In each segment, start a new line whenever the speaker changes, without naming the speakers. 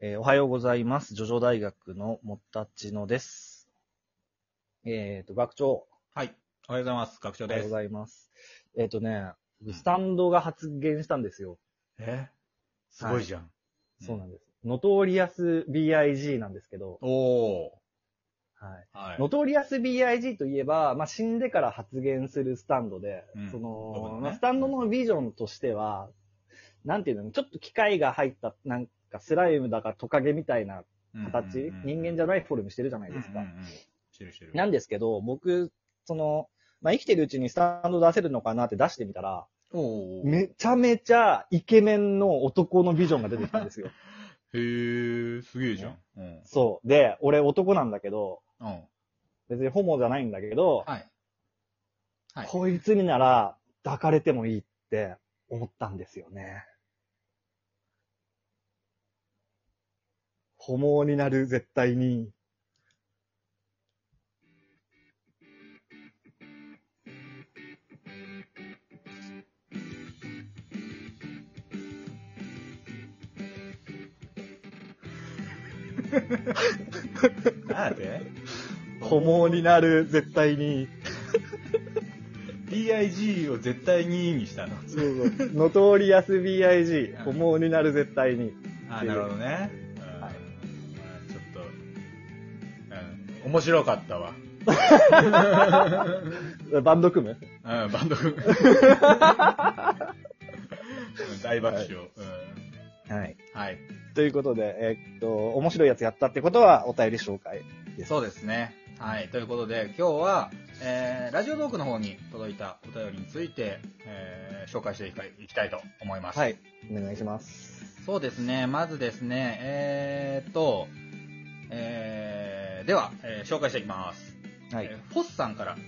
えーおはようございます。ジョジョ大学のもったちのです。えっ、と、学長、
はい。おはようございます。学
お
長
はよう
で
ご
す。
ざいます。えっ、とね
う、ん
スタンドが発言したんですよ。
えすごいじゃん。
そうなんです。ノトリアス BIG なんですけど、
おー。
はい。
はい。
ノトリアス BIG といえば、まあ、死んでから発言するスタンドで、
うん
そ
僕も
の、
ね
まあスタンドのビジョンとしては、なんていうの、ちょっと機械が入った、なんかスライムだかトカゲみたいな形、人間じゃ
な
ないフォルムしてるじゃないですか。
うんうんうんしてるしてる。
なんですけど、僕、その、まあ、生きてるうちにスタンド出せるのかなって出してみたら、
おー。
めちゃめちゃイケメンの男のビジョンが出てきたんです よ。
へー、すげえじゃん。うん。
そう。で、俺男なんだけど、
うん。
別にホモじゃないんだけど、
はい。はい。
こいつになら抱かれてもいいって思ったんですよね。ホモになる、絶対に。
なんで
ホモになる、絶対に。
?DIG を絶対にいいにしたの。
そうそう。 ノトリアス BIG
う、ん
ホモになる、絶対に。
あ、なるほどね。うん
はい
ちょっと、うん面白かったわ。
バンド組む
うん、バン ド君。大爆笑。うん
はい。
はい。
ということで、えーっと、面白いやつやったってことはお便り紹介。
そうですね。はい。ということで、今日は、えー、ラジオトークの方に届いたお便りについて、えー紹介していきたいいきたいと思います。
はい。お願いします。
そうですね。まずですね、えーっと、えー、では、えー紹介していきます。
は
え
い。
ーフォスさんから、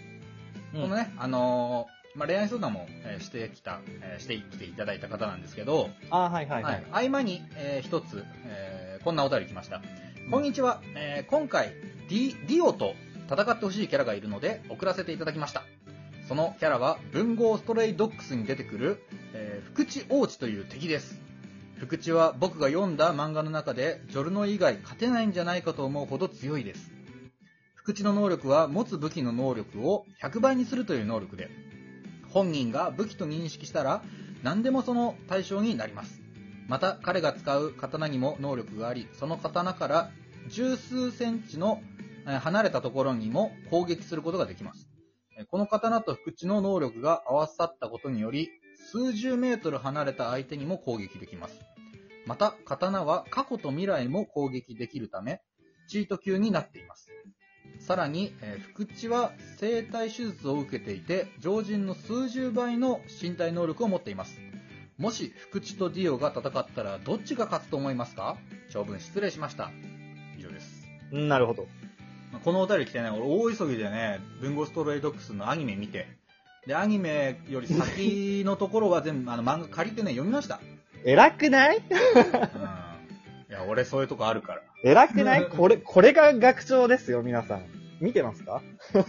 うん
このね、あのーまあ、恋愛相談も、えーしてきた、えーしてきていただいた方なんですけど、
あー、はいはいは
はい
い。、
合間に、えー一つ、えーこんなお便り来ました、
うん
こんにちは、えー今回ディディオと戦ってほしいキャラがいるので送らせていただきましたそのキャラは文豪ストレイドッグスに出てくる、えー福地王子という敵です福地は僕が読んだ漫画の中でジョルノ以外勝てないんじゃないかと思うほど強いです福地の能力は持つ武器の能力を100倍にするという能力で本人が武器と認識したら何でもその対象になりますまた彼が使う刀にも能力がありその刀から十数センチのえー離れたところにも攻撃することができますえーこの刀と福地の能力が合わさったことにより数十メートル離れた相手にも攻撃できますまた刀は過去と未来も攻撃できるためチート級になっていますさらに、えー福地は生体手術を受けていて常人の数十倍の身体能力を持っていますもし福地とディオが戦ったらどっちが勝つと思いますか長文失礼しました。以上です。
うんなるほど。
まあこのお便り来てね、俺大急ぎでね、文豪ストレイドックスのアニメ見て、で、アニメより先のところは全部、あの、漫画借りてね、読みました。
偉くない
うん。いや、俺そういうとこあるから。
偉く ないこれ、これが学長ですよ、皆さん。見てますか
そう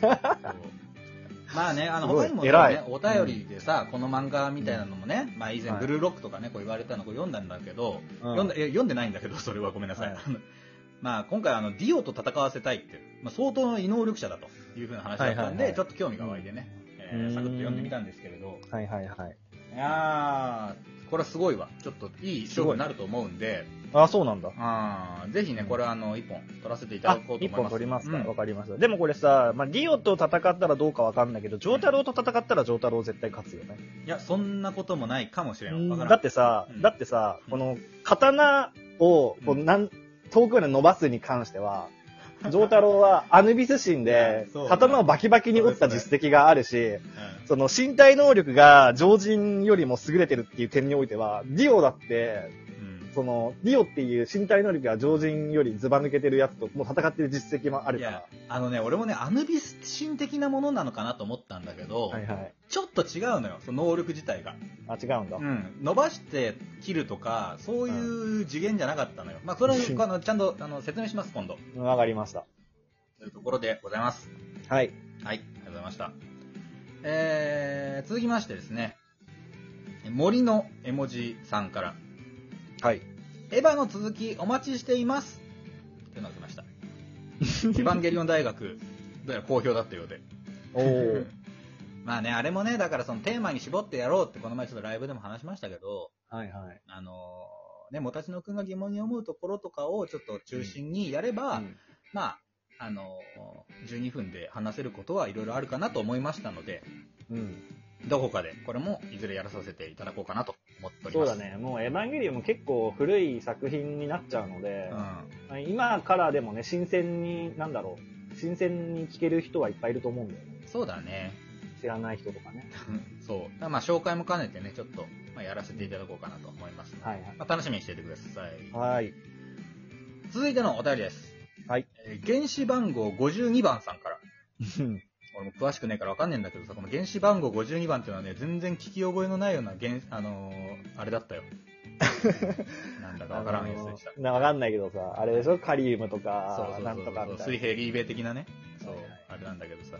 まあね、あの、
すごい
他にもそう
偉
ね
い、
お便りでさ、この漫画みたいなのもね、まあ以前
はい
ブルーロックとかね、こう言われたのこう読んだんだけど、
読
読んだいや読んでないんだけど、それはごめんなさい。
はい
まあ、今回、あの、ディオと戦わせたいっていう、まあ、相当の異能力者だというふうな話だったんで、
はいはいはい
ちょっと興味が湧いてね、えー
うん
サクッと読んでみたんですけれど、
はいはいはい。
いやー、これはすごいわ。ちょっといい勝負になると思うんで、
あ、そうなんだ。
あーぜひね、これはあの、一本取らせていた
あ
だこう、と
一
思います。
本取りますか
う
わ、
ん
かりました。でもこれさ、まあ、リオと戦ったらどうかわかんないけど、ジョータロウと戦ったらジョータロウ絶対勝つよね。
いや、そんなこともないかもしれん。わからん。
だってさ、
うん
だってさ、
うん
この、刀を、こう、
うん
なん、遠くまで伸ばすに関しては、ジョータロウはアヌビス神 で
そう、
刀をバキバキに折った実績があるし、
うん
その身体能力が常人よりも優れてるっていう点においては、ディオだって、
うん
その、ディオっていう身体能力が常人よりずば抜けてるやつと、もう戦ってる実績もある
い
か
や
ら。、
あのね、俺もね、アヌビス神的なものなのかなと思ったんだけど、
はいはい。
ちょっと違うのよ、その能力自体が。
あ、違うんだ。
うん、伸ばして切るとか、そういう次元じゃなかったのよ。まあ、それはあのちゃんとあの説明します、今度。
うんわかりました。
というところでございます。
はい。
はい、ありがとうございました。えー、続きましてですね、森の絵文字さんから、
はい。
エヴァの続きお待ちしています。っていうのが来ました。エ ヴァンゲリオン大学、どうやら好評だったようで。
おー
まあね、あれもね、だからそのテーマに絞ってやろうってこの前ちょっとライブでも話しましたけど、
はいはい。
あのーね、もたちのくんが疑問に思うところとかをちょっと中心にやれば、
うん
まあ、あのー12分で話せることはいろいろあるかなと思いましたので、
うん。
どこかでこれもいずれやらさせていただこうかなと思っており
そ
ま
う
す。
だ。ね。もうエヴァンゲリオンも結構古い作品になっちゃうので、
う
今からでもね、新鮮に、なんだろう、新鮮に聞ける人はいっぱいいると思うんだよね。
ん。そうだね。
知らない人とかね。
そう。だからまあ、紹介も兼ねてね、ちょっと、まあ、やらせていただこうかなと思います。
はいはい。
まあ、楽しみにしていてください。
はい。
続いてのお便りです。
はい。
えー原子番号52番さんから。
うん
俺も詳しくないからわかんねえんだけどさ、この原子番号52番っていうのはね、全然聞き覚えのないような原、あのーあれ だったよ。なんだかわからんやつでした。
あのーなわかんないけどさ、あれでしょカリウムとか、
そう
な
そ
ん
う
と
そ
か
う
みた
そ
い
う。
な。
水平リーベ的なね。そ
は
う
いはい、
あれなんだけどさ。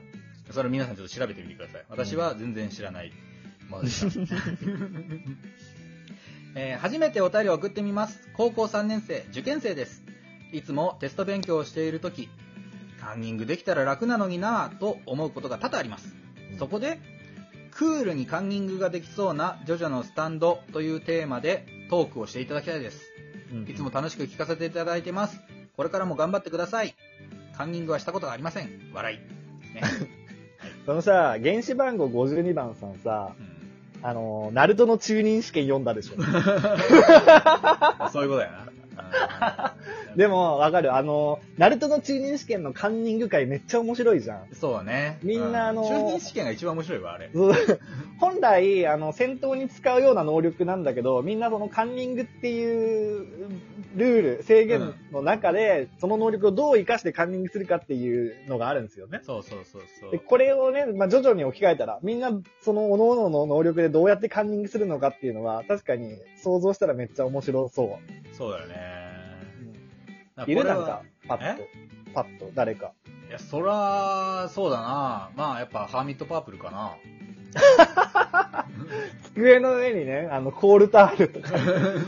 それ皆さんちょっと調べてみてください。私は全然知らないものでした。 えー初めてお便りを送ってみます。高校3年生、受験生です。いつもテスト勉強をしているとき、カンニングできたら楽なのになぁと思うことが多々あります。そこで、クールにカンニングができそうなジョジョのスタンドというテーマでトークをしていただきたいです。
うん
いつも楽しく聞かせていただいてます。これからも頑張ってください。カンニングはしたことがありません。笑い。 ね。
そのさ、原子番号52番さんさ、
うん
あのー、ナルトの中任試験読んだでしょ。
そういうことや な。うん
で、も、わかる。あのー、ナルトの中任試験のカンニング会めっちゃ面白いじゃん。
そうだね。
みんなあの
うん中任試験が一番面白いわ、あれ。
そう 本来、あの、戦闘に使うような能力なんだけど、みんなそのカンニングっていうルール、制限の中で、その能力をどう活かしてカンニングするかっていうのがあるんですよね。
そうそうそうそ
で
う。
これをね、まあ、徐々に置き換えたら、みんな、その、各々の能力でどうやってカンニングするのかっていうのは、確かに想像したらめっちゃ面白そ
そうだよね。
う。 いるなん
これは
か、パッと。パッと、誰か。
いや、そら、そうだな。まあ、やっぱ、ハーミットパープルかな。
机の上にね、あの、コールタールとか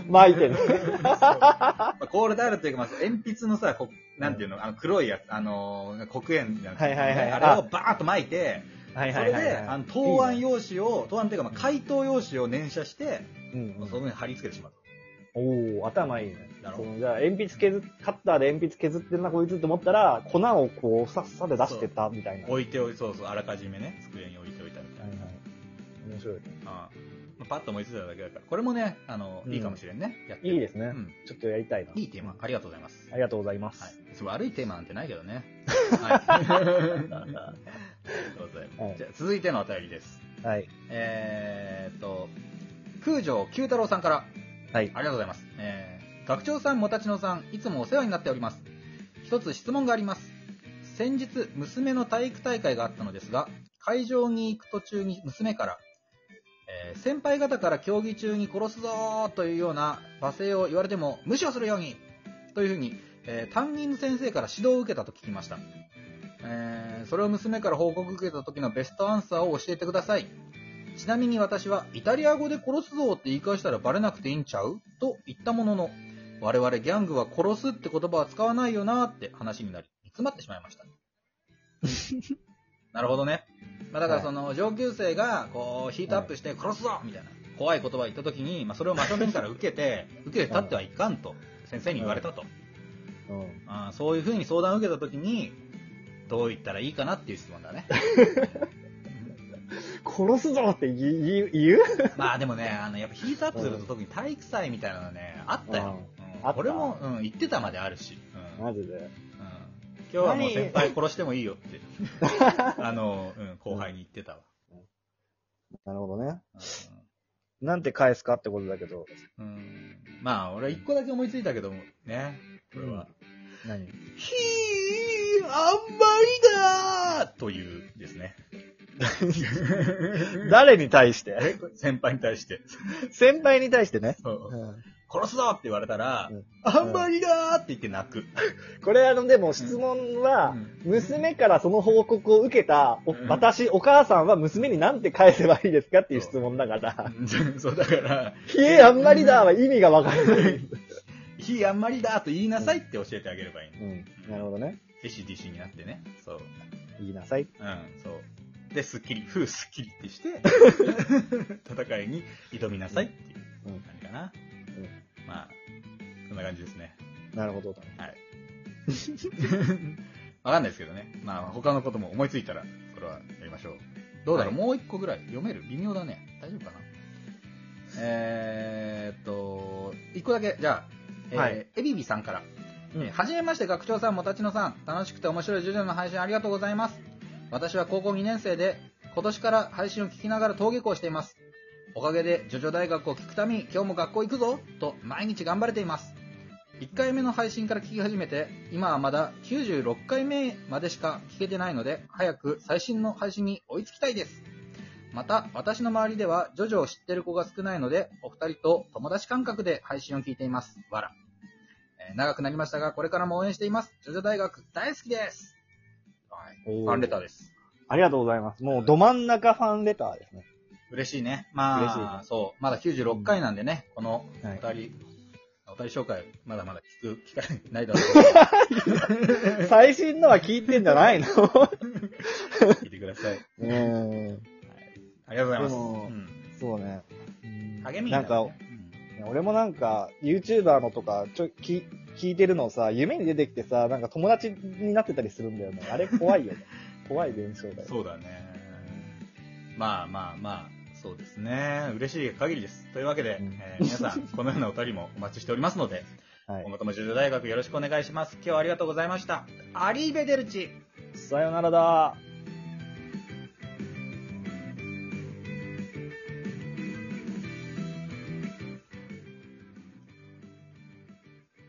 巻いてる。
まあコールであるというか、まあ、鉛筆のさ、こなんていうの、あの黒いやつ、あのー、黒鉛じゃなくて、
はいはいはい
あれをバーッと巻いて、
は
それで、あの答案用紙を、答案というか、まあ、回答用紙を粘写して、
うんうん
その上に貼り付けてしまう。
おお頭いいね。
だろ
そのじゃあ、鉛筆削っ、カッターで鉛筆削ってんな、こいつって思ったら、粉をこう、さっさで出してた、みたいな。はい
置いておいそうそう、あらかじめね、机に置いておいたみた
はいい
な。。
面白い。
ああまあパッと思いついただけだから。これもね、あの、
うん
いいかもしれんね。やって
いいですね、
うん。
ちょっとやりたいな。
いいテーマ。ありがとうございます。
ありがとうございます。
はい。別に悪いテーマなんてないけどね。 はい。 ありがとうございます。
はい
じゃあ、続いてのお便りです。
はい。
えーっと、空城九太郎さんから。
はい
ありがとうございます。えー学長さん、もたちのさん、いつもお世話になっております。一つ質問があります。先日、娘の体育大会があったのですが、会場に行く途中に娘から、えー先輩方から競技中に殺すぞーというような罵声を言われても無視をするようにというふうに、えー担任の先生から指導を受けたと聞きました、えーそれを娘から報告を受けた時のベストアンサーを教えてくださいちなみに私は、イタリア語で殺すぞって言い返したらバレなくていいんちゃうと言ったものの、我々ギャングは殺すって言葉は使わないよなって話になり、煮詰まってしまいました。なるほどね。まあ、だからその、上級生が、こう、ヒートアップして、殺すぞみたいな、怖い言葉を言った時に、まあ、それを真正面から受けて、 受けて立ってはいかんと、先生に言われたと。
うん。
あーそういうふうに相談を受けた時に、どう言ったらいいかなっていう質問だ ね。
殺すぞって言う、言う
まあでもね、あの、やっぱヒートアップすると特に体育祭みたいなのね、あったよ。
あった
俺も、うん、言ってたまであるし。うん。う
マ
ん、
ジで。
今日はもう先輩殺してもいいよ って。あの、うん、後輩に言ってたわ。
なるほどね。
うん
なんて返すかってことだけど。
うん、まあ、俺は一個だけ思いついたけども、ね。これは。
何
ひー、あんまりだーというですね。
誰に対して
え先輩に対して。
先輩に対してね。
そう
うん
殺すぞって言われたら、
うん
あんまりだーって言って泣く。
これあの、でも質問は
う、ん
娘からその報告を受けた、お
うん
私、お母さんは娘に何て返せばいいですかっていう質問だから、
うんそう、だから、
冷えあんまりだは意味がわからない。
冷火あんまりだと言いなさいって教えてあげればいいの。
うん。なるほどね。
ACDC になってね。そう。
言いなさい。
うん、そう。で、スッキリ、ふうスッキリってして、戦いに挑みなさいっていう感じかな。まあ、そんな感じですね。
なるほどだね。
はい。 わかんないですけどね。まあ、他のことも思いついたら、それはやりましょう。どうだろう、
は
もう一個ぐらい読める微妙だね。大丈夫かなえーっと、一個だけ、じゃあ、えー
はい
エビビさんから。
うん
えーはじめまして、学長さん、もたちのさん。楽しくて面白い授業の配信ありがとうございます。私は高校2年生で、今年から配信を聞きながら登下校しています。おかげで、ジョジョ大学を聞くために、今日も学校行くぞと、毎日頑張れています。1回目の配信から聞き始めて、今はまだ96回目までしか聞けてないので、早く最新の配信に追いつきたいです。また、私の周りでは、ジョジョを知ってる子が少ないので、お二人と友達感覚で配信を聞いています。わら。えー長くなりましたが、これからも応援しています。ジョジョ大学大好きです。はい。ファンレターです。
ありがとうございます。もう、ど真ん中ファンレターですね。
嬉しいね。まあ、
嬉しいね
そう。まだ96回なんでね、このお
は
二
い
人、お二人紹介、まだまだ聞く機会ないだろうと
最新のは聞いてんじゃないの
聞いてください。
うーん。
ありがとうございます。
でも
うん
そうね。うん
励みに
な
なる
んか、
ねうん
俺もなんか、YouTuber のとか、ちょ、き、聞いてるのをさ、夢に出てきてさ、なんか友達になってたりするんだよね。あれ怖 いよね。怖い現象だよ。
そうだね。まあまあまあ、そうですね。嬉しい限りです。というわけで、
うん
えー 皆さん、このようなお便りもお待ちしておりますので、
はい
今後ともジョジョ大学よろしくお願いします。今日はありがとうございました。アリーベデルチ
さよならだ。